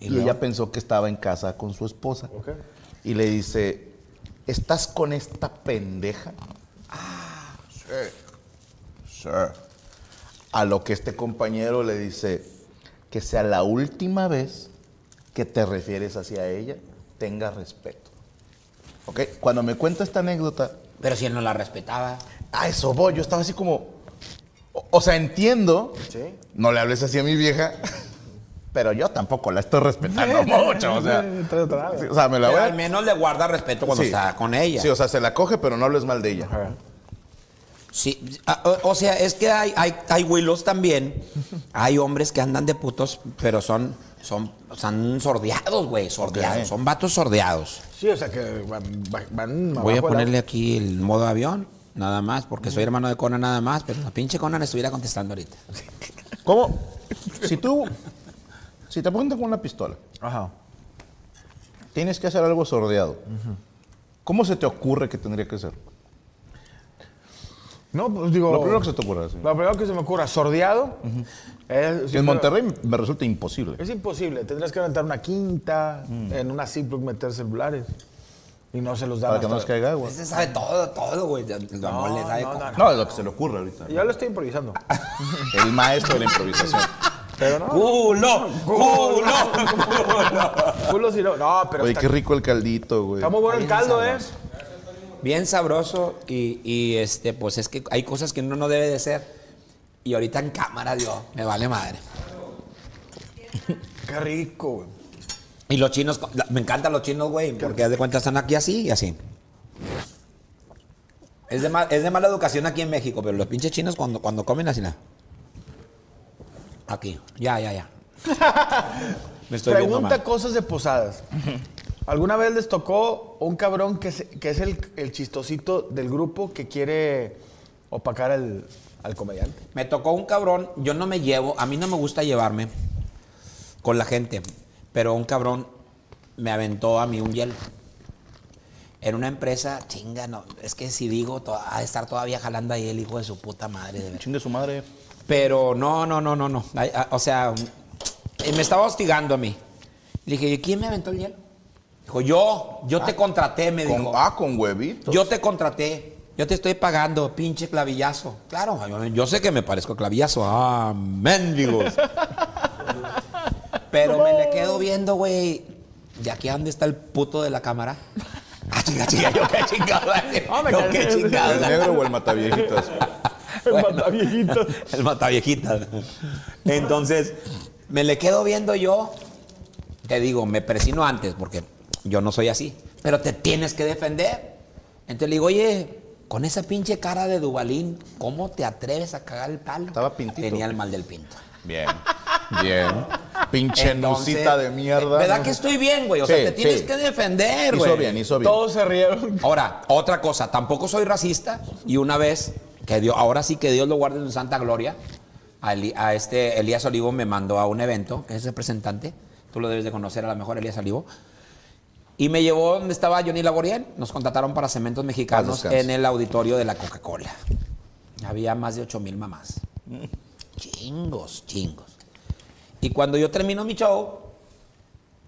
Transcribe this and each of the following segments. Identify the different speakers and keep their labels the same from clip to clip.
Speaker 1: Y, ella pensó que estaba en casa con su esposa. Y le dice, ¿estás con esta pendeja? Ah, sí. Sí. A lo que este compañero le dice, que sea la última vez que te refieres hacia ella, tenga respeto. ¿Ok? Cuando me cuenta esta anécdota,
Speaker 2: Pero si él no la respetaba.
Speaker 1: a eso voy, yo estaba así como, o, o sea, entiendo,
Speaker 3: Sí.
Speaker 1: no le hables así a mi vieja, pero yo tampoco la estoy respetando mucho, o sea,
Speaker 3: Entonces, otra vez.
Speaker 1: sí, o sea, me la voy
Speaker 2: Pero
Speaker 1: a-
Speaker 2: al menos le guarda respeto cuando
Speaker 1: Sí.
Speaker 2: está con ella.
Speaker 1: Sí, o sea, se la coge, pero no hables mal de ella.
Speaker 3: Ajá.
Speaker 2: Sí, ah, o, o sea, es que hay, hay, hay willos también. Hay hombres que andan de putos, pero son, son, son sordeados, güey, sordeados.
Speaker 1: Ok.
Speaker 2: Son vatos sordeados.
Speaker 3: Sí, o sea que van. van- van
Speaker 2: Voy a
Speaker 3: abajo de la-
Speaker 2: ponerle aquí el modo avión, nada más, porque soy hermano de Conan nada más, pero la pinche Conan estuviera contestando ahorita.
Speaker 1: ¿Cómo? Si tú, si te apuntan con una pistola,
Speaker 3: Ajá.
Speaker 1: tienes que hacer algo sordeado. ¿Cómo se te ocurre que tendría que ser?
Speaker 3: No, pues digo.
Speaker 1: Lo primero que se te ocurra, sí.
Speaker 3: Lo primero que se me ocurra, sordeado. es- sí,
Speaker 1: en
Speaker 3: pero-
Speaker 1: Monterrey me resulta imposible.
Speaker 3: Es imposible. Tendrás que rentar una quinta,
Speaker 1: Mm.
Speaker 3: en una Ziploc meter celulares. Y no se los dan.
Speaker 1: Para que
Speaker 3: hasta-
Speaker 1: no nos caiga agua.
Speaker 2: Ese sabe todo, todo, güey. de- de- de amor le sabe
Speaker 3: no,
Speaker 2: con-
Speaker 3: no,
Speaker 1: No, es lo que se le ocurre ahorita.
Speaker 3: Yo lo estoy improvisando.
Speaker 1: El maestro de la improvisación.
Speaker 3: Pero no.
Speaker 2: ¡Culo! ¡Culo!
Speaker 3: Culos y no. No,
Speaker 1: Uh,
Speaker 3: pero
Speaker 1: Oye,
Speaker 3: está,
Speaker 1: qué rico el caldito, güey.
Speaker 3: está muy bueno el caldo, ¿eh?
Speaker 2: Bien sabroso y, y, este, pues es que hay cosas que uno no debe de ser. Y ahorita en cámara, Dios, me vale madre.
Speaker 3: Qué rico, güey.
Speaker 2: Y los chinos, la- me encantan los chinos, güey, porque haz de cuenta están aquí así y así. Es de, ma- es de mala educación aquí en México, pero los pinches chinos cuando, cuando comen así, nada. Aquí, ya, ya, ya. Me estoy viendo
Speaker 3: Pregunta
Speaker 2: mal.
Speaker 3: cosas de posadas. ¿Alguna vez les tocó un cabrón que, se- que es el, el chistosito del grupo que quiere opacar al, al comediante?
Speaker 2: Me tocó un cabrón, yo no me llevo, a mí no me gusta llevarme con la gente, pero un cabrón me aventó a mí un hielo. En una empresa, chinga, no, es que si digo, to- ha de estar todavía jalando ahí el hijo de su puta madre, de verdad.
Speaker 1: Chingue su madre.
Speaker 2: Pero no, no, no, no, no. Ay, ah, O sea, eh, me estaba hostigando a mí. Le dije, ¿y quién me aventó el hielo? Dijo, yo, yo te contraté, me
Speaker 1: Con,
Speaker 2: dijo.
Speaker 1: ah, con huevito.
Speaker 2: Yo te contraté. Yo te estoy pagando, pinche clavillazo. Claro, yo- yo sé que me parezco a clavillazo. Ah, mendigos. Pero me le quedo viendo, güey. ¿De aquí a dónde está el puto de la cámara? Ah, chinga, chinga, yo qué chingado.
Speaker 3: me
Speaker 2: yo
Speaker 3: cagué.
Speaker 2: qué
Speaker 1: ¿El
Speaker 2: chingado.
Speaker 1: negro o el mataviejitas?
Speaker 3: mataviejitas.
Speaker 2: El mataviejita. Entonces, me le quedo viendo yo. Te digo, me persino antes porque yo no soy así. Pero te tienes que defender. Entonces le digo, oye, con esa pinche cara de Dubalín, ¿cómo te atreves a cagar el palo?
Speaker 1: Estaba pintito.
Speaker 2: Tenía el mal del pinto.
Speaker 1: Bien. Bien. Pinche
Speaker 2: Entonces,
Speaker 1: nucita de mierda.
Speaker 2: ¿Verdad que estoy bien, güey? O sea,
Speaker 1: Sí,
Speaker 2: te tienes
Speaker 1: sí.
Speaker 2: que defender, güey.
Speaker 1: Hizo bien, hizo bien.
Speaker 3: Todos se rieron.
Speaker 2: Ahora, otra cosa, tampoco soy racista y una vez, que Dios, ahora sí que Dios lo guarde en su santa gloria, a, Eli- a este Elías Olivo me mandó a un evento, que es representante, tú lo debes de conocer, a lo mejor Elías Salivo. Y me llevó donde estaba Johnny Laboriel. Nos contrataron para Cementos
Speaker 1: Paz
Speaker 2: Mexicanos
Speaker 1: descanse.
Speaker 2: en el auditorio de la Coca-Cola. Había más de 8 mil mamás.
Speaker 1: Mm.
Speaker 2: Chingos, chingos. Y cuando yo termino mi show,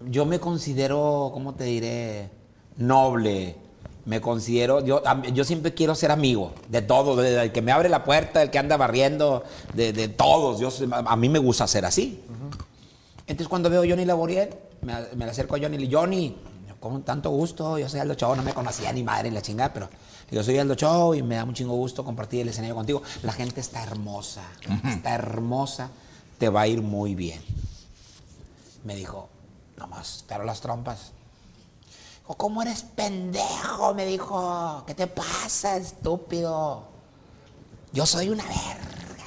Speaker 2: yo me considero, ¿cómo te diré? Noble. Me considero, yo, a mí- yo siempre quiero ser amigo de todos, de- del que me abre la puerta, del que anda barriendo, de, de todos. Yo, soy- a mí me gusta ser así. Entonces cuando veo a Johnny Laboriel, me, me le acerco a Johnny y le digo, Johnny, con tanto gusto, yo soy Aldo Chao, no me conocía ni madre ni la chingada, pero yo soy Aldo Chao y me da un chingo gusto compartir el escenario contigo. La gente está hermosa, está hermosa, te va a ir muy bien. Me dijo, nomás, pero las trompas. Dijo, ¿cómo eres pendejo? Me dijo, ¿qué te pasa, estúpido? Yo soy una verga.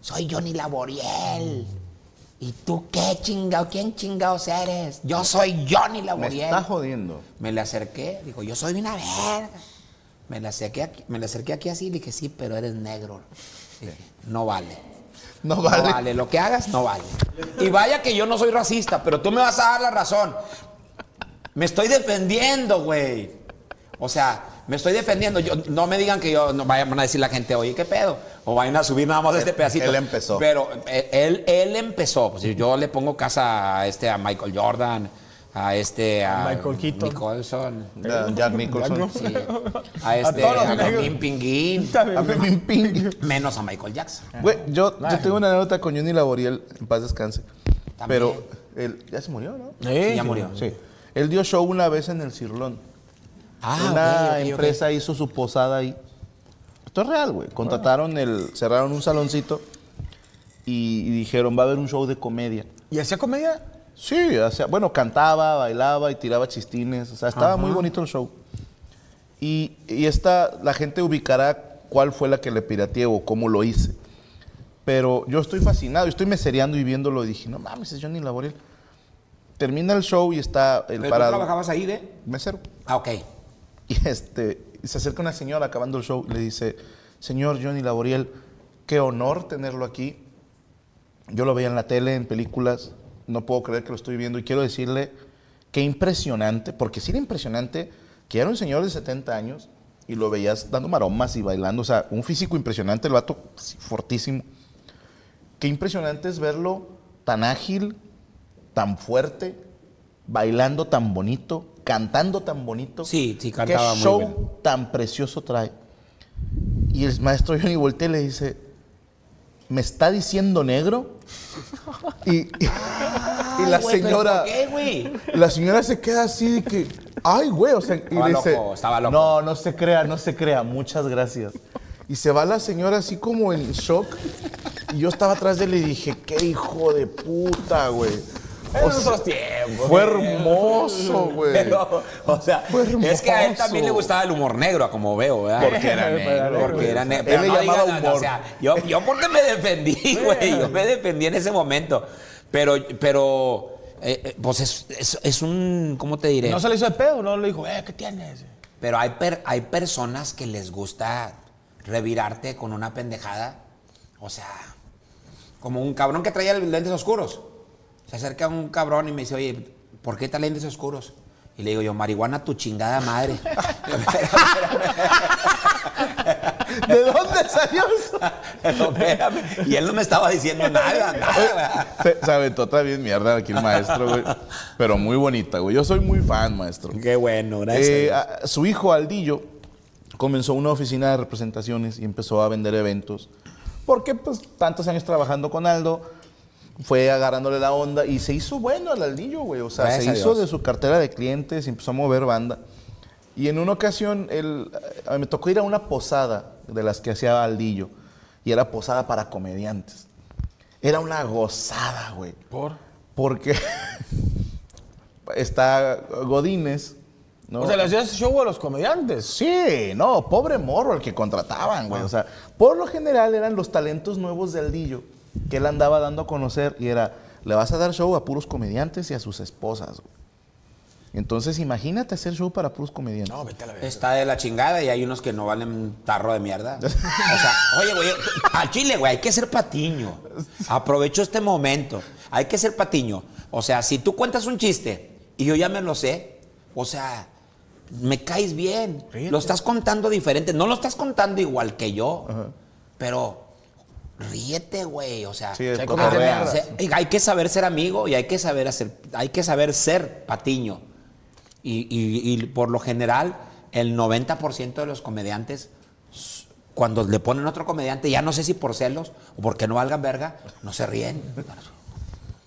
Speaker 2: Soy Johnny Laboriel. ¿Y tú qué chingado? ¿Quién chingados eres? Yo soy Johnny
Speaker 1: Me
Speaker 2: Laboriel.
Speaker 1: está jodiendo.
Speaker 2: Me le acerqué, dijo, yo soy una verga. Me le acerqué aquí, me le acerqué aquí así y le dije, sí, pero eres negro. Dije, no vale.
Speaker 1: No vale.
Speaker 2: No vale, lo que hagas no vale. Y vaya que yo no soy racista, pero tú me vas a dar la razón. Me estoy defendiendo, güey. O sea, me estoy defendiendo. Yo, no me digan que yo, no vayan a decir la gente, oye, ¿qué pedo? O vayan a subir nada más este
Speaker 1: Él-
Speaker 2: pedacito.
Speaker 1: él empezó.
Speaker 2: Pero eh, él, él empezó. Pues, yo le pongo casa a, este, a Michael Jordan, a este... A
Speaker 3: Michael Keaton.
Speaker 2: Nicholson.
Speaker 1: Ya, Jack Nicholson.
Speaker 2: Sí. A este...
Speaker 3: todos los
Speaker 2: A,
Speaker 3: negros.
Speaker 2: Pim Pinguín.
Speaker 1: A mí me impingue.
Speaker 2: Menos a Michael Jackson.
Speaker 1: Güey, yo, yo tengo una anécdota con Johnny Laboriel, en paz descanse.
Speaker 2: También.
Speaker 1: Pero él ya se murió, ¿no?
Speaker 2: Sí, ya murió.
Speaker 1: Sí. Él dio show una vez en el Cirlón.
Speaker 2: Ah,
Speaker 1: una
Speaker 2: ok, ok, ok.
Speaker 1: empresa hizo su posada ahí. Esto es real, güey. Contrataron el, cerraron un saloncito y, y dijeron, va a haber un show de comedia.
Speaker 3: ¿Y hacía comedia?
Speaker 1: Sí, hacía- bueno, cantaba, bailaba y tiraba chistines. O sea, estaba muy bonito el show. Y, y esta, la gente ubicará cuál fue la que le pirateé o cómo lo hice. Pero yo estoy fascinado, yo estoy mesereando y viéndolo. Y dije, no mames, es Johnny Laboriel. Termina el show y está el
Speaker 2: Pero tú
Speaker 1: parado.
Speaker 2: trabajabas ahí de...
Speaker 1: Mesero.
Speaker 2: Ah, ok.
Speaker 1: Y este, y se acerca una señora acabando el show y le dice, señor Johnny Laboriel, qué honor tenerlo aquí. Yo lo veía en la tele, en películas, no puedo creer que lo estoy viendo y quiero decirle qué impresionante, porque sí era impresionante que era un señor de 70 años y lo veías dando maromas y bailando, o sea, un físico impresionante, el vato sí, fortísimo. Qué impresionante es verlo tan ágil, tan fuerte, bailando tan bonito, cantando tan bonito.
Speaker 2: Sí, sí, cantaba
Speaker 1: Qué
Speaker 2: muy
Speaker 1: show
Speaker 2: bien.
Speaker 1: tan precioso trae. Y el maestro Johnny voltea y le dice, ¿me está diciendo negro? Y, y- y la
Speaker 2: Güey, pero
Speaker 1: señora...
Speaker 2: Ah, ¿Por qué, güey?
Speaker 1: La señora se queda así de que, ay, güey, o sea, y
Speaker 2: Estaba
Speaker 1: dice,
Speaker 2: loco, estaba loco.
Speaker 1: no, no se crea, no se crea, muchas gracias. Y se va la señora así como en shock. Y yo estaba atrás de él y dije, qué hijo de puta, güey.
Speaker 3: En
Speaker 1: O sea,
Speaker 3: otros tiempos.
Speaker 1: fue hermoso, güey.
Speaker 2: Pero, o sea,
Speaker 1: Fue hermoso.
Speaker 2: es que a él también le gustaba el humor negro, a como veo, ¿verdad?
Speaker 1: Porque era negro,
Speaker 2: Porque
Speaker 1: güey.
Speaker 2: era negro.
Speaker 1: Él le
Speaker 2: Pero no
Speaker 1: llamaba
Speaker 2: digan,
Speaker 1: humor.
Speaker 2: O sea, yo, yo porque me defendí, güey. Yo me defendí en ese momento. Pero, pero eh, eh, pues es, es, es un, ¿cómo te diré?
Speaker 3: No se le hizo de pedo, no le dijo, eh, ¿qué tienes?
Speaker 2: Pero hay, per- hay personas que les gusta revirarte con una pendejada. O sea, como un cabrón que traía lentes oscuros. Se acerca un cabrón y me dice, oye, ¿por qué traes lentes oscuros? Y le digo yo, marihuana tu chingada madre.
Speaker 1: ¿De dónde salió eso?
Speaker 2: No, espérame. y él no me estaba diciendo nada, nada.
Speaker 1: Se, se aventó otra vez mierda aquí el maestro, güey. Pero muy bonita, güey. Yo soy muy fan, maestro.
Speaker 2: Qué bueno, gracias.
Speaker 1: Eh, a- su hijo Aldillo comenzó una oficina de representaciones y empezó a vender eventos. Porque pues tantos años trabajando con Aldo, fue agarrándole la onda y se hizo bueno al Aldillo, güey. O sea,
Speaker 2: Gracias
Speaker 1: se
Speaker 2: a
Speaker 1: hizo
Speaker 2: Dios.
Speaker 1: de su cartera de clientes y empezó a mover banda. Y en una ocasión él, a mí me tocó ir a una posada de las que hacía Aldillo. Y era posada para comediantes. Era una gozada, güey.
Speaker 3: Por.
Speaker 1: Porque está Godínez. ¿no?
Speaker 3: O sea, le hacías show a los comediantes.
Speaker 1: Sí, no, pobre morro el que contrataban,
Speaker 3: Ah.
Speaker 1: güey. O sea, por lo general eran los talentos nuevos de Aldillo que él andaba dando a conocer y era, le vas a dar show a puros comediantes y a sus esposas, güey. Entonces, imagínate hacer show para puros comediantes.
Speaker 3: No, vete a la verga.
Speaker 2: Está de la chingada y hay unos que no valen un tarro de mierda. O sea, oye, güey, al chile, güey, hay que ser patiño. Aprovecho este momento. Hay que ser patiño. O sea, si tú cuentas un chiste y yo ya me lo sé, o sea, me caes bien.
Speaker 3: Ríete.
Speaker 2: Lo estás contando diferente. No lo estás contando igual que yo, pero ríete, güey. O sea,
Speaker 1: Sí, es
Speaker 2: hay,
Speaker 1: como
Speaker 2: que
Speaker 1: real.
Speaker 2: saber- y hay que saber ser amigo y hay que saber hacer, hay que saber ser patiño. Y, y- y por lo general, el 90% de los comediantes, s- cuando le ponen otro comediante, ya no sé si por celos o porque no valgan verga, no se ríen.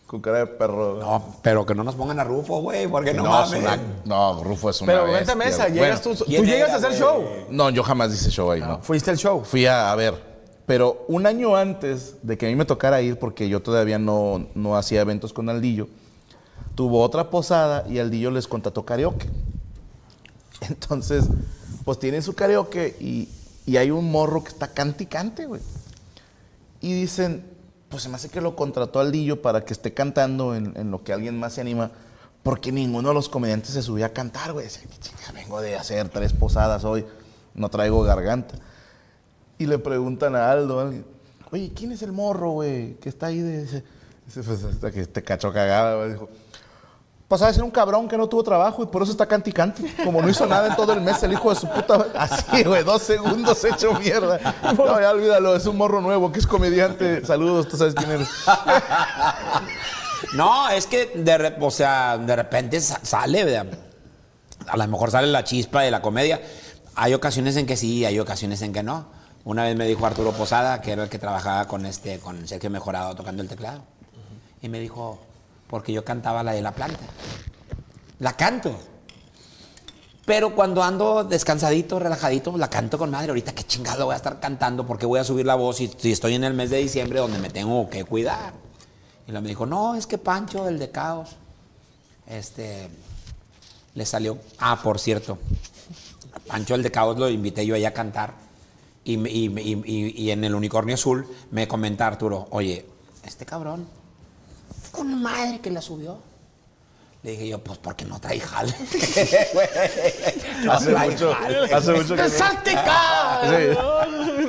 Speaker 1: Con cara de perro.
Speaker 2: No, pero que no nos pongan a Rufo, güey, porque no,
Speaker 1: No, es
Speaker 2: mames.
Speaker 1: una- no, Rufo es una
Speaker 3: Pero vente
Speaker 1: bestia,
Speaker 3: a mesa,
Speaker 1: güey.
Speaker 3: llegas
Speaker 1: Bueno,
Speaker 3: tú. Ah,
Speaker 2: ¿quién
Speaker 3: Tú llegas
Speaker 2: era,
Speaker 3: a hacer
Speaker 2: güey?
Speaker 3: show.
Speaker 1: No, yo jamás hice show ahí, no.
Speaker 3: Fuiste al show.
Speaker 1: Fui a, a ver. Pero un año antes de que a mí me tocara ir, porque yo todavía no, no hacía eventos con Aldillo, tuvo otra posada y Aldillo les contrató karaoke. Entonces, pues tienen su karaoke y, y hay un morro que está cante y cante, güey. Y dicen, pues se me hace que lo contrató Aldillo para que esté cantando en, en lo que alguien más se anima, porque ninguno de los comediantes se subía a cantar, güey. Decía, "Qué chinga, vengo de hacer tres posadas hoy, no traigo garganta. Y le preguntan a Aldo, a alguien, oye, ¿quién es el morro, güey? Que está ahí de... Dice, pues, hasta que te cachó cagada, güey. Dijo, pues ha de ser un cabrón que no tuvo trabajo y por eso está canticante. Como no hizo nada en todo el mes, el hijo de su puta. Así, güey, dos segundos hecho mierda. No, ya olvídalo, es un morro nuevo que es comediante. Saludos, tú sabes quién eres.
Speaker 2: No, es que de, re- o sea, de repente sa- sale, ¿verdad? a lo mejor sale la chispa de la comedia. Hay ocasiones en que sí, hay ocasiones en que no. Una vez me dijo Arturo Posada, que era el que trabajaba con este, con Sergio Mejorado tocando el teclado. Y me dijo, porque yo cantaba la de la planta. La canto. Pero cuando ando descansadito, relajadito, la canto con madre. Ahorita qué chingado voy a estar cantando porque voy a subir la voz si, si estoy en el mes de diciembre donde me tengo que cuidar. Y la me dijo, no, es que Pancho, el de caos, este, le salió. Ah, por cierto, a Pancho, el de caos, lo invité yo ahí a cantar. Y, me- y me- y- y- y en el unicornio azul me comenta Arturo, oye, este cabrón, con madre que la subió. Le dije yo, pues porque no trae jale. No
Speaker 1: Hace
Speaker 2: trae
Speaker 1: mucho,
Speaker 2: jale.
Speaker 1: hace mucho que.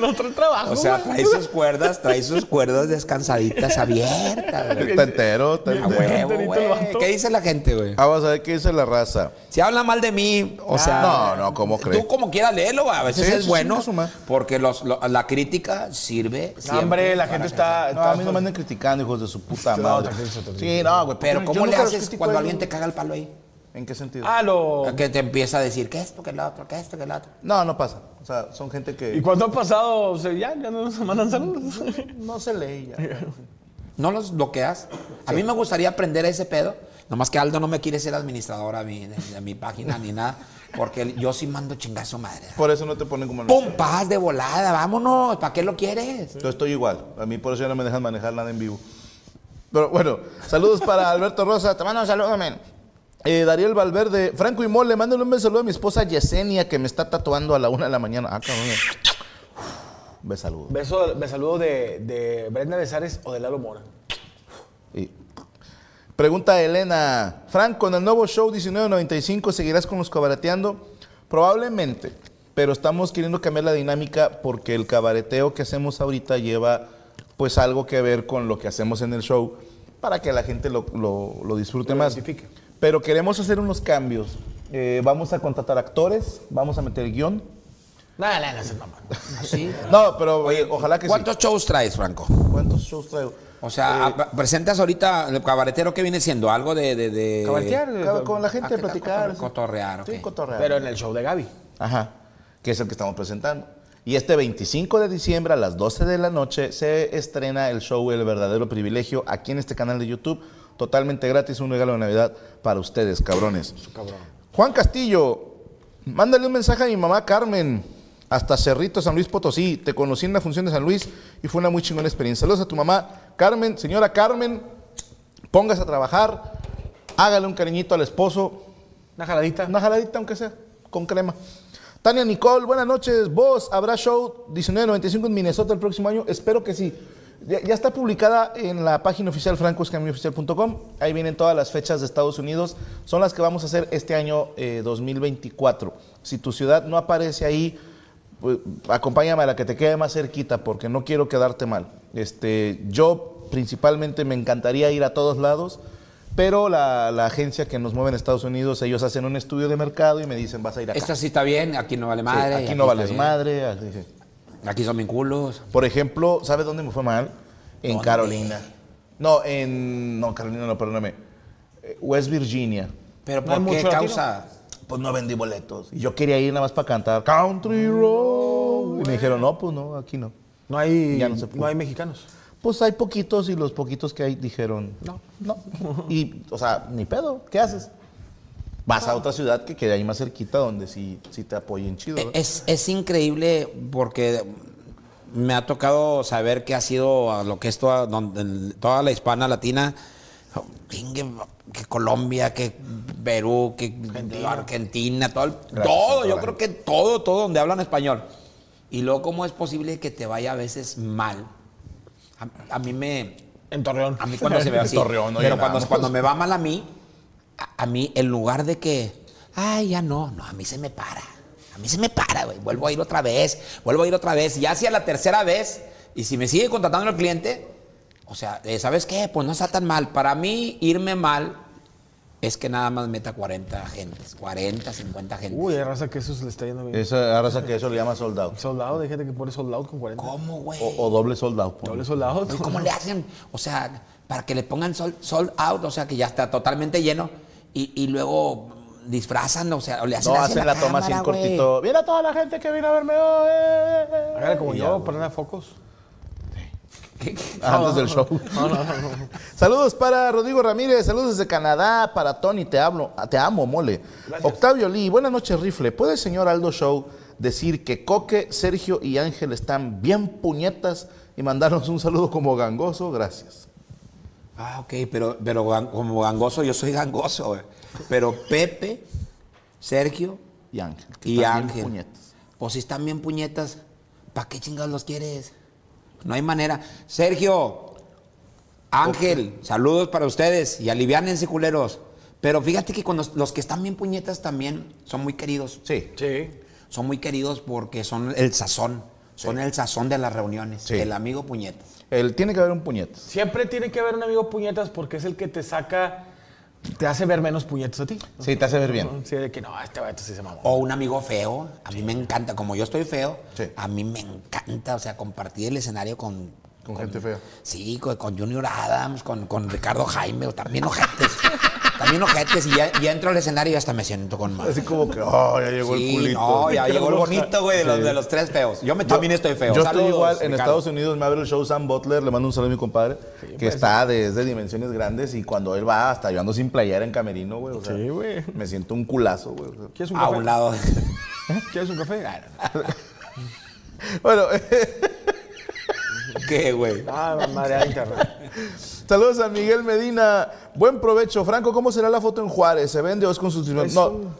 Speaker 3: No otro trabajo.
Speaker 2: O sea,
Speaker 3: güey.
Speaker 2: trae sus cuerdas, trae sus cuerdas descansaditas abiertas. güey.
Speaker 1: Está entero, está
Speaker 2: A
Speaker 1: entero.
Speaker 2: Ah, huevo, güey. ¿Qué dice la gente, güey?
Speaker 1: Ah, vas a ver qué dice la raza.
Speaker 2: Si habla mal de mí, o sea.
Speaker 1: Ah. No, no, ¿cómo crees?
Speaker 2: Tú como quieras léelo, a veces
Speaker 1: Sí,
Speaker 2: es
Speaker 1: sí,
Speaker 2: bueno.
Speaker 1: chinga su madre.
Speaker 2: Porque los, lo- la crítica sirve.
Speaker 3: No, hombre,
Speaker 2: siempre
Speaker 3: la
Speaker 2: para
Speaker 3: gente
Speaker 2: que-
Speaker 3: está.
Speaker 1: No,
Speaker 3: está-
Speaker 1: a mí no me anden criticando, hijos de su puta
Speaker 3: No,
Speaker 1: madre.
Speaker 3: tranquilo, tranquilo.
Speaker 1: Sí, no, güey.
Speaker 2: Pero
Speaker 1: yo
Speaker 2: ¿cómo le
Speaker 1: nunca los
Speaker 2: haces
Speaker 1: critico
Speaker 2: cuando
Speaker 1: a
Speaker 2: alguien
Speaker 1: ellos.
Speaker 2: te caga el palo ahí?
Speaker 1: ¿En qué sentido?
Speaker 3: Ah, lo.
Speaker 2: Que te empieza a decir que esto, que lo otro, que esto, que lo otro.
Speaker 1: No, no pasa. O sea, son gente que.
Speaker 3: ¿Y cuánto ha pasado? O sea, ya, ya no nos mandan saludos.
Speaker 1: No se lee ya.
Speaker 2: ¿No los bloqueas? A mí me gustaría aprender ese pedo. Nomás que Aldo no me quiere ser administrador a mí, de, de mi página ni nada. Porque yo sí mando chingazo madre.
Speaker 1: Por eso no te ponen como.
Speaker 2: ¡Pum! Paz de volada, vámonos. ¿Para qué lo quieres?
Speaker 1: Yo estoy igual. A mí por eso ya no me dejan manejar nada en vivo. Pero bueno, saludos para Alberto Rosa. Te mando un saludo, men. Eh, Dariel Valverde, Franco y Mole, mándale un beso saludo a mi esposa Yesenia que me está tatuando a la una de la mañana. Ah, cabrón. Ve saludo.
Speaker 3: Beso, me saludo de, de Brenda Besares o de Lalo Mora.
Speaker 1: Y- Pregunta Elena. Franco, en el nuevo show 1995 seguirás con los cabareteando. Probablemente, pero estamos queriendo cambiar la dinámica porque el cabareteo que hacemos ahorita lleva pues algo que ver con lo que hacemos en el show para que la gente lo, lo- lo disfrute
Speaker 3: Lo
Speaker 1: más.
Speaker 3: identifique.
Speaker 1: Pero queremos hacer unos cambios. Eh, vamos a contratar actores, vamos a meter guión.
Speaker 3: Nada, nada, no, se mamá.
Speaker 2: Así.
Speaker 1: No, pero eh, ojalá que sí.
Speaker 2: ¿Cuántos shows traes, Franco?
Speaker 1: ¿Cuántos shows traigo?
Speaker 2: O sea, a- presentas ahorita el cabaretero que viene siendo algo de. de, de-
Speaker 3: Cabaretear.
Speaker 1: Eh, Con- Con la gente
Speaker 2: Ah, que-
Speaker 1: platicar.
Speaker 2: cotor- cotorrear,
Speaker 1: Sí,
Speaker 2: ok.
Speaker 1: cotorrear.
Speaker 3: Pero en el show de Gaby.
Speaker 1: Ajá, que es el que estamos presentando. Y este 25 de diciembre a las 12 de la noche se estrena el show El Verdadero Privilegio aquí en este canal de YouTube, totalmente gratis, un regalo de Navidad para ustedes, cabrones. Juan Castillo, mándale un mensaje a mi mamá Carmen, hasta Cerrito, San Luis Potosí. Te conocí en la función de San Luis y fue una muy chingona experiencia. Saludos a tu mamá Carmen, señora Carmen, póngase a trabajar, hágale un cariñito al esposo,
Speaker 3: Una jaladita.
Speaker 1: una jaladita, aunque sea, con crema. Tania Nicole, buenas noches. Vos, ¿habrá show 1995 en Minnesota el próximo año? Espero que sí. Ya, ya está publicada en la página oficial francoscaminooficial.com. Ahí vienen todas las fechas de Estados Unidos. Son las que vamos a hacer este año eh, 2024. Si tu ciudad no aparece ahí, pues, acompáñame a la que te quede más cerquita porque no quiero quedarte mal. Este, yo principalmente me encantaría ir a todos lados, Pero la, la agencia que nos mueve en Estados Unidos, ellos hacen un estudio de mercado y me dicen, vas a ir acá.
Speaker 2: Esta sí está bien, aquí no vale
Speaker 1: Sí,
Speaker 2: madre.
Speaker 1: aquí,
Speaker 2: y
Speaker 1: no
Speaker 2: está
Speaker 1: vales
Speaker 2: bien.
Speaker 1: madre. así dije.
Speaker 2: Aquí son bien culos.
Speaker 1: Por ejemplo, ¿sabes dónde me fue mal? En Carolina. No, en. No, Carolina, no, perdóname. Eh, West Virginia.
Speaker 2: Pero
Speaker 3: No
Speaker 2: ¿por
Speaker 3: hay
Speaker 2: qué
Speaker 3: mucho latino.
Speaker 2: causa?
Speaker 1: Pues no vendí boletos. Y yo quería ir nada más para cantar Country Road. Y me dijeron, no, pues no, aquí no.
Speaker 3: No hay,
Speaker 1: Ya no
Speaker 3: no,
Speaker 1: se pudo.
Speaker 3: hay mexicanos.
Speaker 1: Pues hay poquitos y los poquitos que hay dijeron, no, no. Y, o sea, ni pedo, ¿qué haces? Vas a otra ciudad que quede ahí más cerquita donde sí, sí te apoyen chido. ¿eh? ¿verdad?
Speaker 2: E-, Es, es increíble porque me ha tocado saber que ha sido a lo que es toda, don- en toda la hispana latina. Chingue, Que Colombia, que Perú, que Argentina, todo, el- todo, yo creo que todo, todo donde hablan español. Y luego, ¿cómo es posible que te vaya a veces mal? A- a mí me,
Speaker 3: En Torreón.
Speaker 2: A mí cuando se ve así.
Speaker 1: Torreón, oye,
Speaker 2: pero
Speaker 1: nada
Speaker 2: cuando,
Speaker 1: más.
Speaker 2: cuando me va mal a mí, a, a mí, en lugar de que, ay, ya no, no, a mí se me para. A mí se me para, güey. Vuelvo a ir otra vez, vuelvo a ir otra vez. Y hacia la tercera vez, y si me sigue contratando el cliente, o sea, eh, ¿sabes qué? Pues no está tan mal. Para mí, irme mal es que nada más meta 40 gentes, 40, 50 gentes.
Speaker 3: Uy, hay raza que eso se le está yendo bien.
Speaker 1: Esa raza que eso le llama sold out.
Speaker 3: Sold out, hay gente que pone sold out con 40.
Speaker 2: ¿Cómo, güey?
Speaker 1: O, o doble sold out. ponle.
Speaker 3: Doble sold out.
Speaker 2: Oye, ¿Cómo le hacen? O sea, para que le pongan sol, sol out, o sea, que ya está totalmente lleno, y, y luego disfrazan, o sea, o le hacen
Speaker 1: No,
Speaker 2: así a
Speaker 1: hacen la toma así en
Speaker 2: cámara, güey.
Speaker 1: cortito. Mira a toda la gente que vino a verme hoy. eh, eh, eh".
Speaker 3: Hágale como
Speaker 1: Y ya,
Speaker 3: yo,
Speaker 1: güey.
Speaker 3: prenda focos.
Speaker 1: Antes Ah, del show. Saludos para Rodrigo Ramírez, saludos desde Canadá, para Tony, te hablo, ah, te amo, mole. Octavio Lee, buenas noches, Rifle. ¿Puede el señor Aldo Show decir que Coque, Sergio y Ángel están bien puñetas y mandarnos un saludo como gangoso? Gracias.
Speaker 2: Ah, ok, pero, pero gan- como gangoso, yo soy gangoso, güey. Pero Pepe, Sergio
Speaker 1: Y Ángel. que
Speaker 2: y
Speaker 1: están bien
Speaker 2: Ángel.
Speaker 1: puñetas.
Speaker 2: Pues si están bien puñetas, ¿para qué chingados los quieres? No hay manera. Sergio, Ángel, saludos para ustedes y aliviánense, culeros. Pero fíjate que cuando los que están bien puñetas también son muy queridos.
Speaker 1: Sí.
Speaker 3: Sí.
Speaker 2: Son muy queridos porque son el sazón. Son el sazón de las reuniones.
Speaker 1: Sí.
Speaker 2: El amigo puñetas.
Speaker 1: Él tiene que haber un puñetas.
Speaker 3: Siempre tiene que haber un amigo puñetas porque es el que te saca, te hace ver menos puñetas a ti.
Speaker 1: Sí, te hace ver bien. Oh.
Speaker 3: Sí, de que no, este vato sí se mamó.
Speaker 2: O un amigo feo. A mí me encanta. Como yo estoy feo,
Speaker 1: Sí.
Speaker 2: a mí me encanta, o sea, compartir el escenario con.
Speaker 1: Con gente fea.
Speaker 2: Sí, con, con Junior Adams, con, con Ricardo Jaime, o también ojetes. también ojetes. Y ya, ya entro al escenario y hasta me siento con más.
Speaker 1: Así como que, oh, ya llegó
Speaker 2: Sí,
Speaker 1: el culito.
Speaker 2: No, ya llegó el bonito, güey, de, los, de los tres feos. Yo me, también estoy feo.
Speaker 1: Yo
Speaker 2: Saludos,
Speaker 1: estoy igual. En
Speaker 2: Ricardo.
Speaker 1: Estados Unidos me abre el show Sam Butler, le mando un saludo a mi compadre, que está desde dimensiones grandes y cuando él va hasta yo ando sin playera en camerino, güey. o sea,
Speaker 3: Sí, güey.
Speaker 1: Me siento un culazo, güey. o sea. Ah,
Speaker 3: ¿Quieres un
Speaker 2: A
Speaker 3: café?
Speaker 2: un lado.
Speaker 3: ¿Quieres un café? Ah,
Speaker 1: Bueno,
Speaker 2: ¿Qué, güey?
Speaker 3: Ah, madre de internet.
Speaker 1: saludos a Miguel Medina. Buen provecho. Franco, ¿cómo será la foto en Juárez? ¿Se vende o es con sus... No,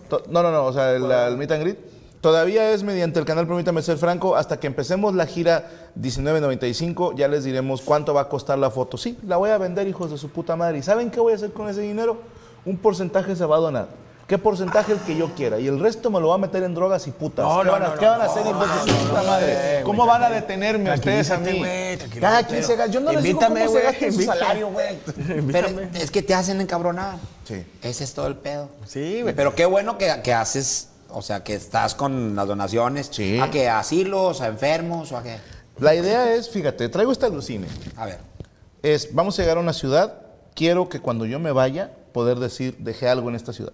Speaker 1: to- no, no, no, o sea, el, la- el meet and greet. Todavía es mediante el canal Permítame Ser Franco. Hasta que empecemos la gira 1995, ya les diremos cuánto va a costar la foto. Sí, la voy a vender, hijos de su puta madre. ¿Y saben qué voy a hacer con ese dinero? Un porcentaje se va a donar. ¿Qué porcentaje el que yo quiera? Y el resto me lo va a meter en drogas y putas.
Speaker 3: No,
Speaker 1: ¿Qué,
Speaker 3: no,
Speaker 1: van, a,
Speaker 3: no,
Speaker 1: qué
Speaker 3: no,
Speaker 1: van a hacer,
Speaker 3: no,
Speaker 1: hijos de
Speaker 3: no,
Speaker 1: su puta
Speaker 3: no,
Speaker 1: madre?
Speaker 3: eh, güey,
Speaker 1: ¿Cómo van a detenerme ustedes a
Speaker 3: Tranquilízate,
Speaker 1: mí?
Speaker 3: güey, tranquilo,
Speaker 1: Cada quien
Speaker 3: pero-
Speaker 1: se gasta. Yo no les digo
Speaker 3: Invítame,
Speaker 1: cómo se
Speaker 3: güey,
Speaker 1: gasta su
Speaker 3: invítame.
Speaker 1: salario, güey.
Speaker 2: Pero es que te hacen encabronar.
Speaker 1: Sí.
Speaker 2: Ese es todo el pedo.
Speaker 3: Sí, güey.
Speaker 2: Pero qué bueno que, que haces, o sea, que estás con las donaciones.
Speaker 1: Sí.
Speaker 2: ¿A que ¿A asilos, a enfermos o a qué?
Speaker 1: La idea es, fíjate, traigo esta alucine.
Speaker 2: A ver.
Speaker 1: Es, vamos a llegar a una ciudad, quiero que cuando yo me vaya, poder decir, dejé algo en esta ciudad.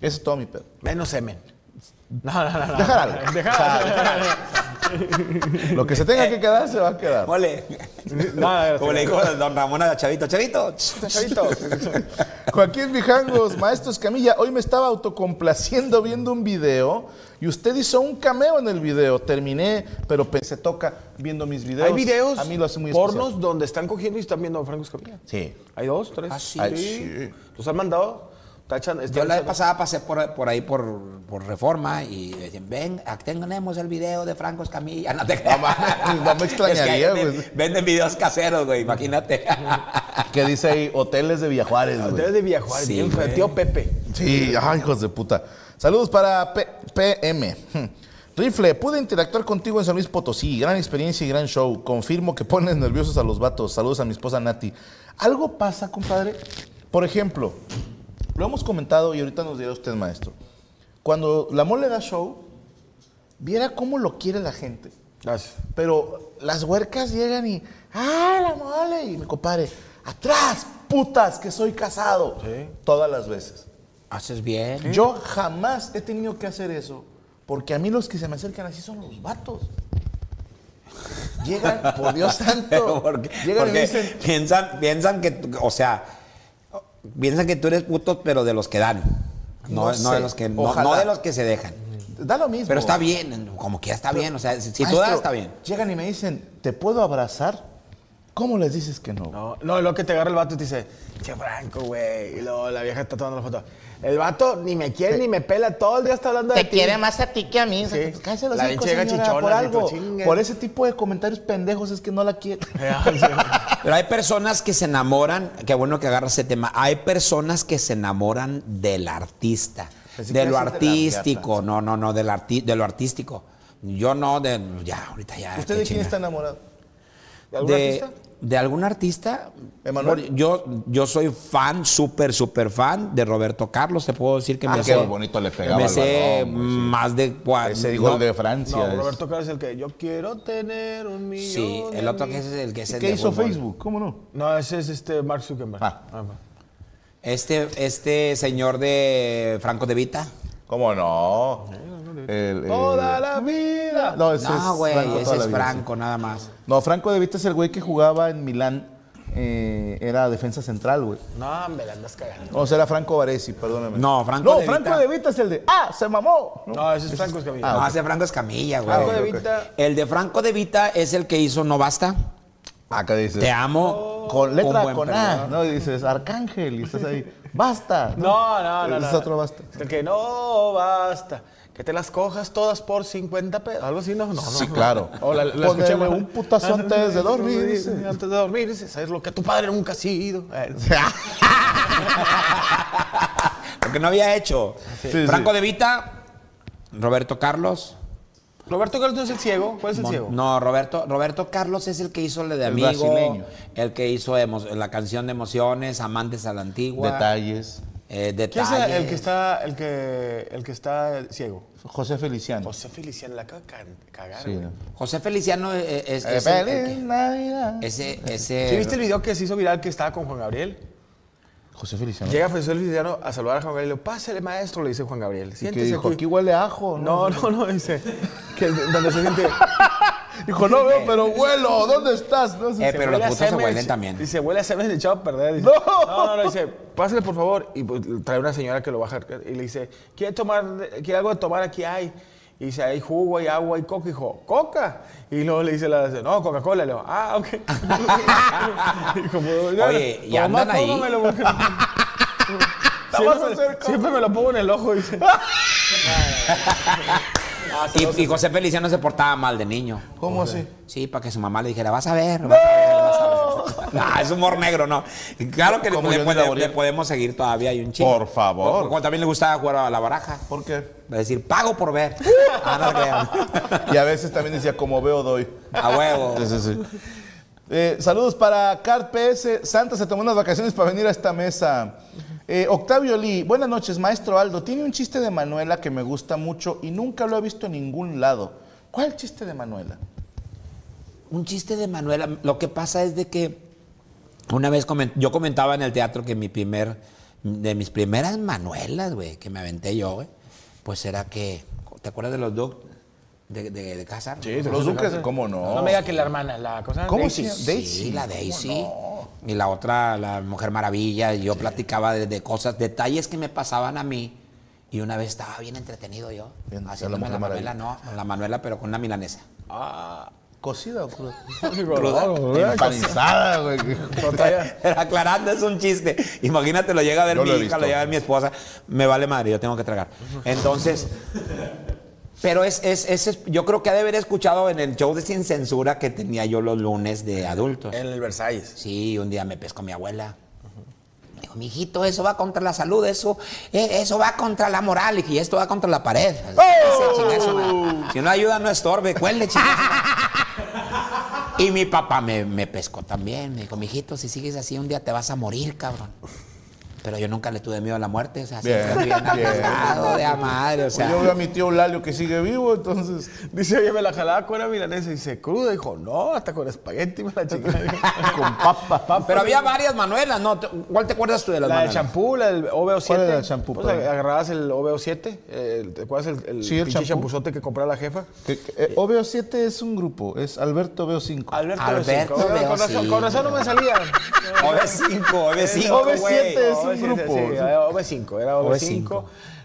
Speaker 1: Ese es todo mi pedo.
Speaker 3: Menos semen. No, no, no. no.
Speaker 1: Dejar algo.
Speaker 3: Dejar algo.
Speaker 1: Lo que se tenga que quedar, se va a quedar.
Speaker 2: Mole.
Speaker 3: No, no,
Speaker 2: Como le dijo don Ramón a Chavito. Chavito.
Speaker 3: Chavito.
Speaker 1: Joaquín Mijangos, maestro Escamilla, hoy me estaba autocomplaciendo viendo un video y usted hizo un cameo en el video. Terminé, pero pe- se toca viendo mis videos.
Speaker 3: Hay videos
Speaker 1: A mí lo hace muy
Speaker 3: pornos
Speaker 1: especial.
Speaker 3: donde están cogiendo y están viendo a Franco Escamilla.
Speaker 1: Sí.
Speaker 3: Hay dos, tres.
Speaker 2: Ah, sí.
Speaker 1: Ay, sí.
Speaker 3: ¿Los han mandado? Tachan,
Speaker 2: Yo
Speaker 3: están-
Speaker 2: la vez pasada pasé por, por ahí por, por reforma y decían, ven, aquí tenemos el video de Franco Escamilla. No, te creas.
Speaker 1: mames, no me
Speaker 2: Es que ahí
Speaker 1: extrañaría, pues.
Speaker 2: venden-
Speaker 1: güey.
Speaker 2: Venden videos caseros, güey, imagínate.
Speaker 1: Que dice ahí, hoteles de Villajuárez, güey.
Speaker 3: Ustedes de viajar,
Speaker 2: Sí,
Speaker 3: bien feo,
Speaker 2: güey.
Speaker 3: tío Pepe.
Speaker 1: Sí, ay, hijos de puta. Saludos para P- PM. Rifle, pude interactuar contigo en San Luis Potosí. Gran experiencia y gran show. Confirmo que pones nerviosos a los vatos. Saludos a mi esposa Nati. Algo pasa, compadre, Por ejemplo, lo hemos comentado y ahorita nos dirá usted, maestro. Cuando la mole da show, viera cómo lo quiere la gente.
Speaker 3: Gracias.
Speaker 1: Pero las huercas llegan y, ¡ay, la mole! Y mi compadre, ¡atrás, putas, que soy casado!
Speaker 3: Sí.
Speaker 1: Todas las veces.
Speaker 2: Haces bien.
Speaker 1: Yo jamás he tenido que hacer eso, porque a mí los que se me acercan así son los vatos. Llegan, por Dios santo,
Speaker 2: Pero porque,
Speaker 1: llegan y
Speaker 2: porque
Speaker 1: me dicen,
Speaker 2: piensan, piensan que, tú- o sea, piensan que tú eres puto, pero de los que dan. No,
Speaker 1: No
Speaker 2: no
Speaker 1: sé,
Speaker 2: de los que no- no,
Speaker 1: ojalá.
Speaker 2: de los que se dejan.
Speaker 1: da lo mismo.
Speaker 2: Pero está bien, como que ya está bien. O sea, si, si tú das,
Speaker 1: Maestro,
Speaker 2: está bien.
Speaker 1: Llegan y me dicen, ¿te puedo abrazar? ¿Cómo les dices que no?
Speaker 3: No, no, lo que te agarra el vato y te dice, che Franco, güey. Y luego la vieja está tomando la foto. El vato ni me quiere ni me pela, todo el día está hablando de
Speaker 1: Te
Speaker 3: ti.
Speaker 1: quiere más a ti que a mí.
Speaker 3: Sí.
Speaker 1: Cállese los
Speaker 3: La
Speaker 1: hijos,
Speaker 3: pinche vieja
Speaker 1: señora,
Speaker 3: chichona,
Speaker 1: por
Speaker 3: así,
Speaker 1: algo.
Speaker 3: chinga.
Speaker 1: Por ese tipo de comentarios pendejos es que no la quiere.
Speaker 2: Ah, Pero hay personas que se enamoran, qué bueno que agarras ese tema, hay personas que se enamoran del artista,
Speaker 1: Pensé
Speaker 2: de
Speaker 1: que
Speaker 2: lo
Speaker 1: ibas a decir de la
Speaker 2: artístico,
Speaker 1: riata.
Speaker 2: no, no, no, del arti- de lo artístico. Yo no, de, ya, ahorita ya.
Speaker 1: ¿Usted de
Speaker 2: qué
Speaker 1: quién
Speaker 2: chinga.
Speaker 1: está enamorado? ¿De algún artista?
Speaker 2: ¿De algún artista?
Speaker 1: ¿Emanuel?
Speaker 2: Bueno, Yo, yo soy fan, súper, súper fan de Roberto Carlos. Te puedo decir que
Speaker 1: Ah,
Speaker 2: me
Speaker 1: qué
Speaker 2: sé-
Speaker 1: bonito le pegaba
Speaker 2: Me
Speaker 1: al
Speaker 2: sé
Speaker 1: balón, güey, sí.
Speaker 2: más de cuatro.
Speaker 1: Ese gol de Francia.
Speaker 3: No,
Speaker 1: es-
Speaker 3: Roberto Carlos es el que yo quiero tener un millón.
Speaker 2: Sí,
Speaker 3: de
Speaker 2: el otro que
Speaker 3: amigos".
Speaker 2: es el que es
Speaker 1: ¿Y
Speaker 2: el
Speaker 1: ¿Qué
Speaker 2: de
Speaker 1: hizo
Speaker 2: fútbol.
Speaker 1: Facebook? ¿Cómo no?
Speaker 3: No, ese es este Mark Zuckerberg.
Speaker 1: Ah.
Speaker 3: va.
Speaker 2: Este, este señor de Franco de Vita.
Speaker 1: ¿Cómo no? El- el-
Speaker 3: Toda la vida.
Speaker 1: No, ese
Speaker 2: No,
Speaker 1: es
Speaker 2: güey,
Speaker 1: Franco
Speaker 2: ese
Speaker 1: toda la
Speaker 2: es
Speaker 1: vida, sí.
Speaker 2: Franco, nada más.
Speaker 1: No, Franco de Vita es el güey que jugaba en Milán. eh, era defensa central, güey.
Speaker 3: No, me la andas cagando.
Speaker 1: No, o sea, era Franco Baresi, perdóname.
Speaker 2: No, Franco
Speaker 1: No,
Speaker 2: de
Speaker 1: Franco
Speaker 2: Vita.
Speaker 1: de Vita es el de ¡Ah, se mamó!
Speaker 3: No, ese es Franco Escamilla.
Speaker 1: Ah,
Speaker 2: no,
Speaker 1: ok. Ah,
Speaker 2: ese Franco es Camilla, güey.
Speaker 3: Franco de
Speaker 1: ok, ok.
Speaker 3: Vita.
Speaker 2: El de Franco de Vita es el que hizo No Basta.
Speaker 1: Acá dices.
Speaker 2: Te amo.
Speaker 1: Oh, Con letra
Speaker 2: Ah, Un buen
Speaker 1: con A, ¿no? Y dices, Arcángel, y estás ahí. ¡Basta!
Speaker 3: No, no, no.
Speaker 1: Ese Es
Speaker 3: no.
Speaker 1: otro basta.
Speaker 3: El que no basta. Que te las cojas todas por 50 pesos. Algo así, no, no. no.
Speaker 1: Sí, claro.
Speaker 3: O la, la
Speaker 1: Ponerle
Speaker 3: escuché, Ah, bueno.
Speaker 1: un putazo antes de dormir, dice.
Speaker 3: Antes de dormir, dice, sabes lo que tu padre nunca ha sido. Eh,
Speaker 2: Porque no había hecho.
Speaker 1: Sí,
Speaker 2: Franco
Speaker 1: sí.
Speaker 2: de Vita, Roberto Carlos.
Speaker 3: Roberto Carlos no es el ciego. ¿Cuál es el
Speaker 2: Mon-
Speaker 3: ciego?
Speaker 2: No, Roberto, Roberto Carlos es el que hizo la de
Speaker 1: El
Speaker 2: Amigo,
Speaker 1: brasileño.
Speaker 2: el que hizo emo- la canción de Emociones, Amantes a la Antigua,
Speaker 1: Detalles.
Speaker 2: eh,
Speaker 3: ¿Quién es
Speaker 2: Detalles.
Speaker 3: el que está, el que, el que está ciego?
Speaker 1: José Feliciano.
Speaker 3: José Feliciano la acaba de can- cagar.
Speaker 1: Sí.
Speaker 3: güey.
Speaker 2: José Feliciano eh, es,
Speaker 1: Eh,
Speaker 2: es el- el
Speaker 1: ¡Feliz
Speaker 2: que-
Speaker 1: Navidad!
Speaker 2: ese, ese-
Speaker 3: ¿Sí viste el video que se hizo viral que estaba con Juan Gabriel?
Speaker 1: José Feliciano.
Speaker 3: Llega José Feliciano a saludar a Juan Gabriel. Le digo, pásale, maestro, le dice Juan Gabriel.
Speaker 1: y
Speaker 3: Siéntese
Speaker 1: que dijo, aquí huele a ajo.
Speaker 3: No, no, no, dice. Que donde se siente.
Speaker 1: Dijo, no veo, pero huelo. ¿Dónde estás? No sé.
Speaker 2: Eh, pero los
Speaker 3: huele a
Speaker 2: putos se
Speaker 3: semen,
Speaker 2: huelen
Speaker 3: ch-
Speaker 2: también.
Speaker 3: Dice, huele a semen de echado a perder. Dice,
Speaker 1: No.
Speaker 3: no, no, no, dice, pásale por favor. Y pues, trae una señora que lo baja y le dice, ¿quiere tomar, quiere algo de tomar aquí hay? Y dice, hay jugo, hay agua, hay coca. Y dijo, ¿coca? Y luego le dice la dice, no, Coca-Cola. Y le digo, ah, ok. y como,
Speaker 2: Oye, ¿y
Speaker 3: como
Speaker 2: andan
Speaker 3: más
Speaker 2: ahí?
Speaker 3: tómamelo, porque-
Speaker 1: Vamos a
Speaker 3: siempre,
Speaker 1: hacer
Speaker 3: me-
Speaker 1: coca.
Speaker 3: siempre me lo pongo en el ojo, dice.
Speaker 2: y, y José Feliciano se portaba mal de niño.
Speaker 1: ¿Cómo así?
Speaker 2: Sí, para que su mamá le dijera, vas a ver, vas a ver, vas a ver. No, es humor negro, no. Y Claro que le,
Speaker 1: Como
Speaker 2: le
Speaker 1: Johnny
Speaker 2: puede-
Speaker 1: Laboriel.
Speaker 2: le podemos seguir todavía, hay un chingo.
Speaker 1: Por favor.
Speaker 2: Como también le gustaba jugar a la baraja.
Speaker 1: ¿Por qué?
Speaker 2: Va a decir, pago por ver. Ah, no, que-
Speaker 1: Y a veces también decía, como veo, doy.
Speaker 2: A huevo.
Speaker 1: Sí, sí, sí. Eh, saludos para Cart PS. Santa se tomó unas vacaciones para venir a esta mesa. Eh, Octavio Lee, buenas noches, maestro Aldo. Tiene un chiste de Manuela que me gusta mucho y nunca lo he visto en ningún lado. ¿Cuál chiste de Manuela?
Speaker 2: Un chiste de Manuela. Lo que pasa es de que una vez comen- yo comentaba en el teatro que mi primer, de mis primeras Manuelas, güey, que me aventé yo, güey, pues era que, ¿te acuerdas de los Duke de, de, de Cázar?
Speaker 1: Los Duques, ¿cómo no?
Speaker 3: No me diga que la hermana, la cosa.
Speaker 1: ¿Cómo
Speaker 3: Daisy.
Speaker 1: sí?
Speaker 2: Sí, la Daisy. Y la otra, la Mujer Maravilla. y Yo platicaba de, de cosas, detalles que me pasaban a mí. Y una vez estaba bien entretenido yo.
Speaker 1: Bien,
Speaker 2: haciéndome
Speaker 1: la
Speaker 2: la,
Speaker 1: Mujer
Speaker 2: Manuela, no, la Manuela, pero con una milanesa.
Speaker 1: ¿Cocida o cruda?
Speaker 3: Digo, no, no, no,
Speaker 1: Empanizada, güey.
Speaker 2: Aclarando, es un chiste. Imagínate, lo llega a ver
Speaker 1: Yo
Speaker 2: mi
Speaker 1: lo he
Speaker 2: hija,
Speaker 1: visto.
Speaker 2: lo llega a ver mi esposa. Me vale madre, yo tengo que tragar. Entonces, pero es, es, es- es- yo creo que ha de haber escuchado en el show de Sin Censura que tenía yo los lunes de adultos.
Speaker 3: En el Versalles.
Speaker 2: Sí, un día me pescó mi abuela. Me Dijo, mijito, eso va contra la salud, eso, eh, eso va contra la moral. Y dije, "Y esto va contra la pared.
Speaker 1: ¡Oh!
Speaker 2: Ese chingue su madre. Si no ayuda, no estorbe, cuele, chingue su madre. Y mi papá me, me pescó también. Me dijo, mijito, si sigues así, un día te vas a morir, cabrón. Pero yo nunca le tuve miedo a la muerte, o sea,
Speaker 1: Bien,
Speaker 2: siempre fui bien
Speaker 1: bien.
Speaker 2: amargado de a madre, o
Speaker 1: Pues
Speaker 2: sea.
Speaker 1: yo veo a mi tío Lalio que sigue vivo, entonces.
Speaker 3: Dice, oye, me la jalaba con una milanesa. Y dice, cruda. Dijo, no, hasta con espagueti me la chica.
Speaker 1: Con papa, papa.
Speaker 2: Pero había varias Manuelas, ¿no? ¿Cuál te acuerdas tú de las
Speaker 3: La de
Speaker 2: Manuelas?
Speaker 3: champú, la del OVO7.
Speaker 1: ¿Cuál era el champú,
Speaker 3: Pues
Speaker 1: padre?
Speaker 3: agarrabas el OVO7. eh, ¿Te acuerdas el, el
Speaker 1: Sí, el
Speaker 3: pinche
Speaker 1: champú.
Speaker 3: champuzote que compraba la jefa?
Speaker 1: Obvio 7 es un grupo, es Alberto Veo 5.
Speaker 3: Alberto,
Speaker 2: Alberto OVO5.
Speaker 3: OVO5. Con razón, con razón no me salía.
Speaker 2: OV5, OV5.
Speaker 1: OV7
Speaker 2: güey.
Speaker 1: es un grupo.
Speaker 3: Sí, era OV5, era OV5.
Speaker 2: OV5.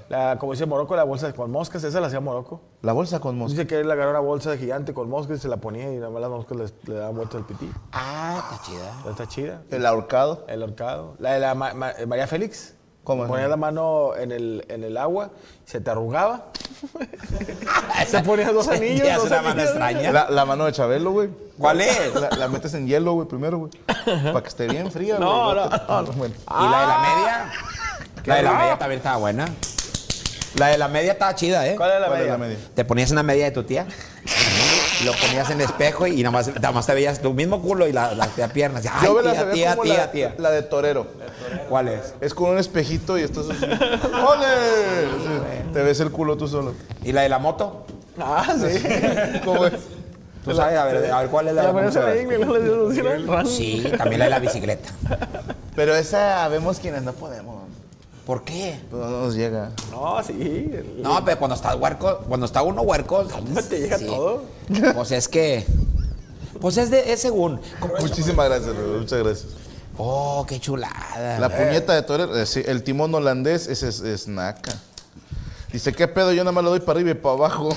Speaker 3: La, como dice Morocco, la bolsa con moscas, esa la hacía Morocco.
Speaker 1: La bolsa con mosca.
Speaker 3: Dice que él agarró una bolsa de gigante con moscas y se la ponía y nada más las moscas les- le daban vuelta al pití.
Speaker 2: Ah, está chida.
Speaker 3: Está chida.
Speaker 1: El ahorcado.
Speaker 3: El horcado. La de la Ma- Ma- eh, María Félix.
Speaker 1: ¿Cómo es?
Speaker 3: Ponías la mano en el, en el agua, se te arrugaba. se ponía dos anillos.
Speaker 2: Ya es
Speaker 3: dos
Speaker 2: una mano
Speaker 3: anillos.
Speaker 2: extraña.
Speaker 1: La, la mano de Chabelo, güey.
Speaker 2: ¿Cuál es?
Speaker 1: La, la metes en hielo, güey, primero, güey. Para que esté bien fría, güey.
Speaker 3: No, no,
Speaker 1: te- Bueno.
Speaker 2: ¿Y la de la media?
Speaker 1: Ah.
Speaker 2: La de la media también estaba buena. La de la media estaba chida, ¿eh?
Speaker 3: ¿Cuál es la
Speaker 1: ¿Cuál es
Speaker 3: media?
Speaker 1: la media?
Speaker 2: Te ponías una media de tu tía, lo ponías en el espejo y nada más, nada más te veías tu mismo culo y la, la, la pierna. Así, Ay,
Speaker 1: Yo me la
Speaker 2: tía,
Speaker 1: sabía
Speaker 2: tía,
Speaker 1: como
Speaker 2: tía,
Speaker 1: la,
Speaker 2: tía.
Speaker 1: la de torero.
Speaker 2: ¿Cuál es?
Speaker 1: Es con un espejito y estás así. ¡Ole! Sí, Te ves el culo tú solo.
Speaker 2: ¿Y la de la moto?
Speaker 3: Ah, sí.
Speaker 1: ¿Cómo es?
Speaker 2: ¿Tú sabes? A ver, a ver, ¿cuál es la de
Speaker 3: La
Speaker 2: la
Speaker 3: ponía en la
Speaker 2: moto?
Speaker 3: ingle, luego le dio- le dio el ran.
Speaker 2: Sí, también la de la bicicleta.
Speaker 1: Pero esa vemos quienes no podemos.
Speaker 2: ¿Por qué?
Speaker 1: Pues no nos llega.
Speaker 3: No, sí. el-
Speaker 2: No, pero cuando está huerco, cuando está uno huerco,
Speaker 3: Te llega todo.
Speaker 2: Pues es que, pues es de, es según. Como-
Speaker 1: Muchísimas gracias, Rodrigo, Muchas gracias.
Speaker 2: Oh, qué chulada.
Speaker 1: La puñeta de torero, eh, sí, el timón holandés, ese es, es naca. Dice, ¿qué pedo? Yo nada más lo doy para arriba y para abajo.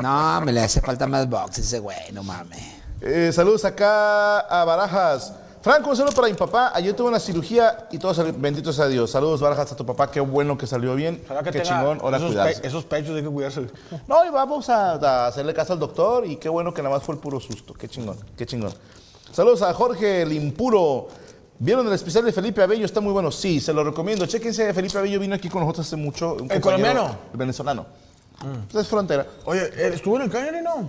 Speaker 2: No, me le hace falta más box ese güey, no mames.
Speaker 1: Eh, saludos acá a Barajas. Franco, un saludo para mi papá. Ayer tuve una cirugía y todo salió. Bendito sea Dios. Saludos, Barajas, a tu papá. Qué bueno que salió bien.
Speaker 3: Ojalá que
Speaker 1: Qué
Speaker 3: tenga
Speaker 1: chingón. Ahora
Speaker 3: esos,
Speaker 1: cuidarse.
Speaker 3: pe- esos pechos hay que cuidarse.
Speaker 1: No, y vamos a, a hacerle caso al doctor y qué bueno que nada más fue el puro susto. Qué chingón, qué chingón. Saludos a Jorge el Impuro. ¿Vieron el especial de Felipe Abello? Está muy bueno. Sí, se lo recomiendo. Chéquense, Felipe Abello vino aquí con nosotros hace mucho. un compañero-
Speaker 3: colombiano?
Speaker 1: El venezolano. Pues es frontera.
Speaker 3: Oye, ¿él ¿estuvo en el cañón y no?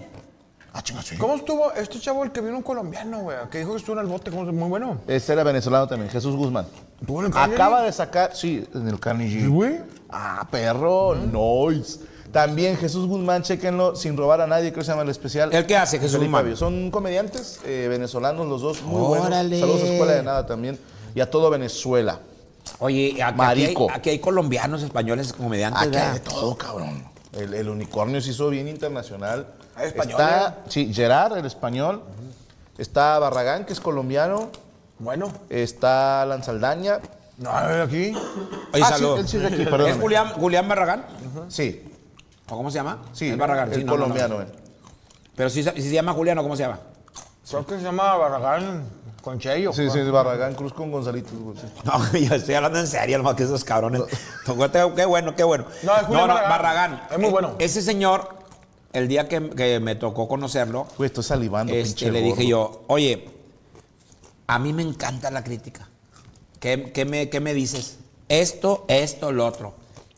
Speaker 1: Ah, chinga, sí.
Speaker 3: ¿Cómo estuvo este chavo, el que vino un colombiano, güey? Que dijo que estuvo en el bote, ¿cómo se- muy bueno.
Speaker 1: Ese era venezolano también, Jesús Guzmán.
Speaker 3: ¿Estuvo en el cañón?
Speaker 1: Acaba de sacar, sí, en el Carnegie.
Speaker 3: güey?
Speaker 1: Ah, perro, noise. También Jesús Guzmán, chéquenlo, sin robar a nadie, creo que se llama el especial.
Speaker 2: ¿El qué hace, Jesús
Speaker 1: Felipe
Speaker 2: Guzmán?
Speaker 1: Abello. Son comediantes eh, venezolanos los dos, muy buenos.
Speaker 2: Órale.
Speaker 1: Saludos a Escuela de Nada también y a todo Venezuela.
Speaker 2: Oye, aquí, aquí
Speaker 1: Marico.
Speaker 2: hay, aquí hay colombianos, españoles, comediantes.
Speaker 1: Aquí hay
Speaker 2: ¿verdad?
Speaker 1: Ah, de todo, cabrón. El, el unicornio se hizo bien internacional.
Speaker 3: Hay español,
Speaker 2: eh?
Speaker 1: Está, sí, Gerard, el español. Está Barragán, que es colombiano.
Speaker 3: Bueno.
Speaker 1: Está Lanzaldaña.
Speaker 3: No, a ver, aquí.
Speaker 2: Oye,
Speaker 1: Ah, sí,
Speaker 2: salud.
Speaker 1: él sí es de aquí,
Speaker 2: ¿Es
Speaker 1: perdóname.
Speaker 2: Julián, Julián Barragán?
Speaker 1: Sí,
Speaker 2: ¿O cómo se llama?
Speaker 1: sí.
Speaker 2: Es Barragán.
Speaker 1: el
Speaker 2: sí, no, no, no.
Speaker 1: colombiano, eh.
Speaker 2: Pero si, se llama Julián, ¿o cómo se llama?
Speaker 3: Creo que se llama Barragán con Cheyo.
Speaker 1: Sí, sí, es Barragán Cruz con Gonzalito. güey, sí.
Speaker 2: No, yo estoy hablando en serio, más que esos cabrones. qué bueno, qué bueno.
Speaker 3: No, es Julián Barragán.
Speaker 2: Barragán. Eh,
Speaker 3: Es muy bueno.
Speaker 2: Ese señor, el día que, que me tocó conocerlo,
Speaker 1: Güey, estoy salivando,
Speaker 2: este,
Speaker 1: pinche
Speaker 2: le dije
Speaker 1: gordo.
Speaker 2: yo, oye, a mí me encanta la crítica. ¿Qué, qué me, qué me dices? Esto, esto, lo otro.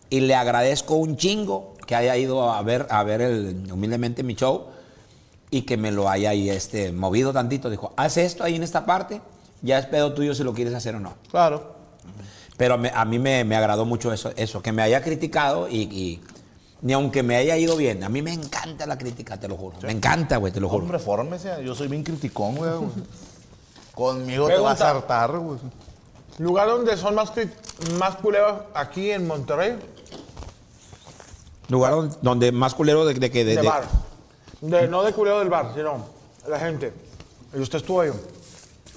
Speaker 2: Y le agradezco un chingo que haya ido a ver, a ver el, humildemente mi show y que me lo haya ahí, este, movido tantito. Dijo, haz esto ahí en esta parte, ya es pedo tuyo si lo quieres hacer o no.
Speaker 1: Claro.
Speaker 2: Pero me- a mí me, me agradó mucho eso, eso, que me haya criticado y, y ni aunque me haya ido bien, a mí me encanta la crítica, te lo juro. Me encanta, güey, te lo juro.
Speaker 1: Hombre, fórmese. Yo soy bien criticón, güey. güey. Conmigo te
Speaker 3: Pregunta.
Speaker 1: vas a hartar, güey.
Speaker 3: Lugar donde son más, cri- más culeros aquí en Monterrey.
Speaker 2: Lugar don- donde más culero de, de que de,
Speaker 3: de,
Speaker 2: de-
Speaker 3: bar. De- no de culero del bar, sino la gente. Y usted estuvo ahí.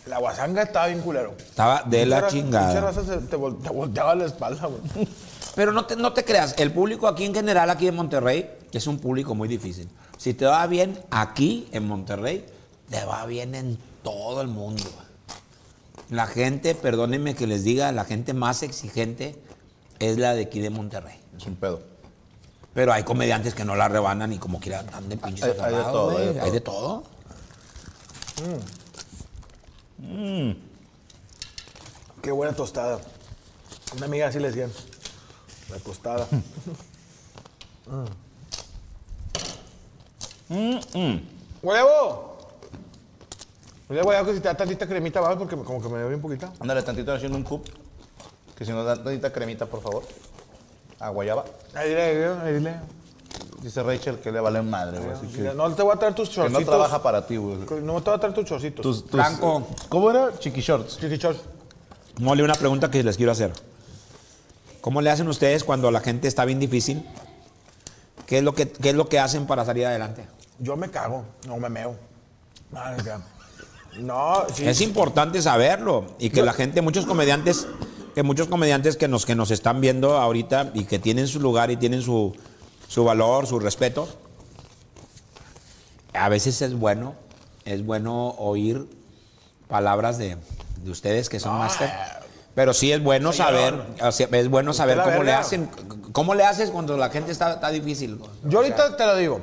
Speaker 3: La guasanga estaba bien culero.
Speaker 2: estaba de la
Speaker 3: Mucha- Mucha
Speaker 2: chingada.
Speaker 3: raza se te, vol- te volteaba la espalda, güey.
Speaker 2: Pero no te, no te creas, el público aquí en general, aquí en Monterrey, es un público muy difícil. Si te va bien aquí en Monterrey, te va bien en todo el mundo. güey. La gente, perdónenme que les diga, la gente más exigente es la de aquí de Monterrey.
Speaker 1: Es un pedo.
Speaker 2: Pero hay comediantes que no la rebanan y como quiera tan de pinches
Speaker 1: Hay- hay de
Speaker 2: agarrados,
Speaker 1: todo, hay de
Speaker 2: güey.
Speaker 1: todo.
Speaker 2: Hay de todo.
Speaker 3: Qué buena tostada. Una amiga así le decían. La tostada. Mm. mm. ¡Huevo! Le voy a dar que si te da tantita cremita abajo porque como que me veo bien poquita.
Speaker 1: Ándale tantito haciendo un cup. Que si nos dan tantita cremita, por favor. A guayaba.
Speaker 3: Ahí dile, ahí dile, ahí dile.
Speaker 1: Dice Rachel que le vale madre, güey. Así que,
Speaker 3: Dile, No te voy a traer tus
Speaker 1: que
Speaker 3: chorcitos.
Speaker 1: no trabaja para ti, güey.
Speaker 3: No te voy a traer tus chorcitos.
Speaker 1: Tus- tus-
Speaker 2: Blanco.
Speaker 1: ¿Cómo era? Chiqui shorts.
Speaker 3: Chiqui shorts.
Speaker 2: Mole, una pregunta que les quiero hacer. ¿Cómo le hacen ustedes cuando la gente está bien difícil? ¿Qué es lo que, qué es lo que hacen para salir adelante?
Speaker 3: Yo me cago, no me meo. No, no, no. No, sí.
Speaker 2: Es importante saberlo y que la gente, muchos comediantes, que muchos comediantes que nos, que nos están viendo ahorita y que tienen su lugar y tienen su, su valor, su respeto, a veces es bueno, es bueno oír palabras de, de ustedes que
Speaker 3: Ah.
Speaker 2: son máster. Pero sí es bueno saber, o sea, es bueno saber
Speaker 3: la
Speaker 2: cómo le
Speaker 3: verga.
Speaker 2: hacen, cómo le haces cuando la gente está, está difícil.
Speaker 3: Yo ahorita te lo digo.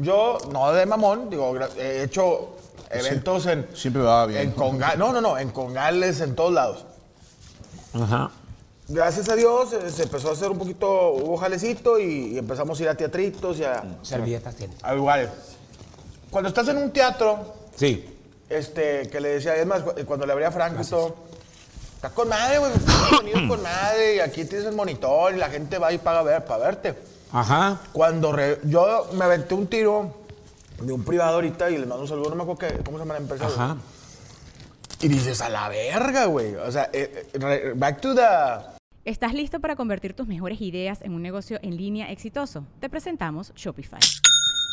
Speaker 3: Yo, no de mamón, digo, gra- he hecho eventos en.
Speaker 1: Siempre va bien.
Speaker 3: En Conga- no, no, no, en Congales, en todos lados.
Speaker 2: Ajá.
Speaker 3: Gracias a Dios eh, se empezó a hacer un poquito, hubo jalecito y, y empezamos a ir a teatritos y a,
Speaker 2: Servilletas tienes.
Speaker 3: a lugares. Cuando estás en un teatro,
Speaker 2: Sí.
Speaker 3: este, que le decía, es más, cu- cuando le abría a Franco y todo, estás con madre, güey, estás venido con madre y aquí tienes el monitor y la gente va y paga ver, para verte.
Speaker 2: Ajá.
Speaker 3: Cuando re- yo me aventé un tiro de un privado ahorita y le mando un saludo, no me acuerdo qué, cómo se llama la empresa. güey.
Speaker 2: Ajá.
Speaker 3: Y dices, a la verga, güey. O sea, eh, eh, re- back to the...
Speaker 4: ¿Estás listo para convertir tus mejores ideas en un negocio en línea exitoso? Te presentamos Shopify.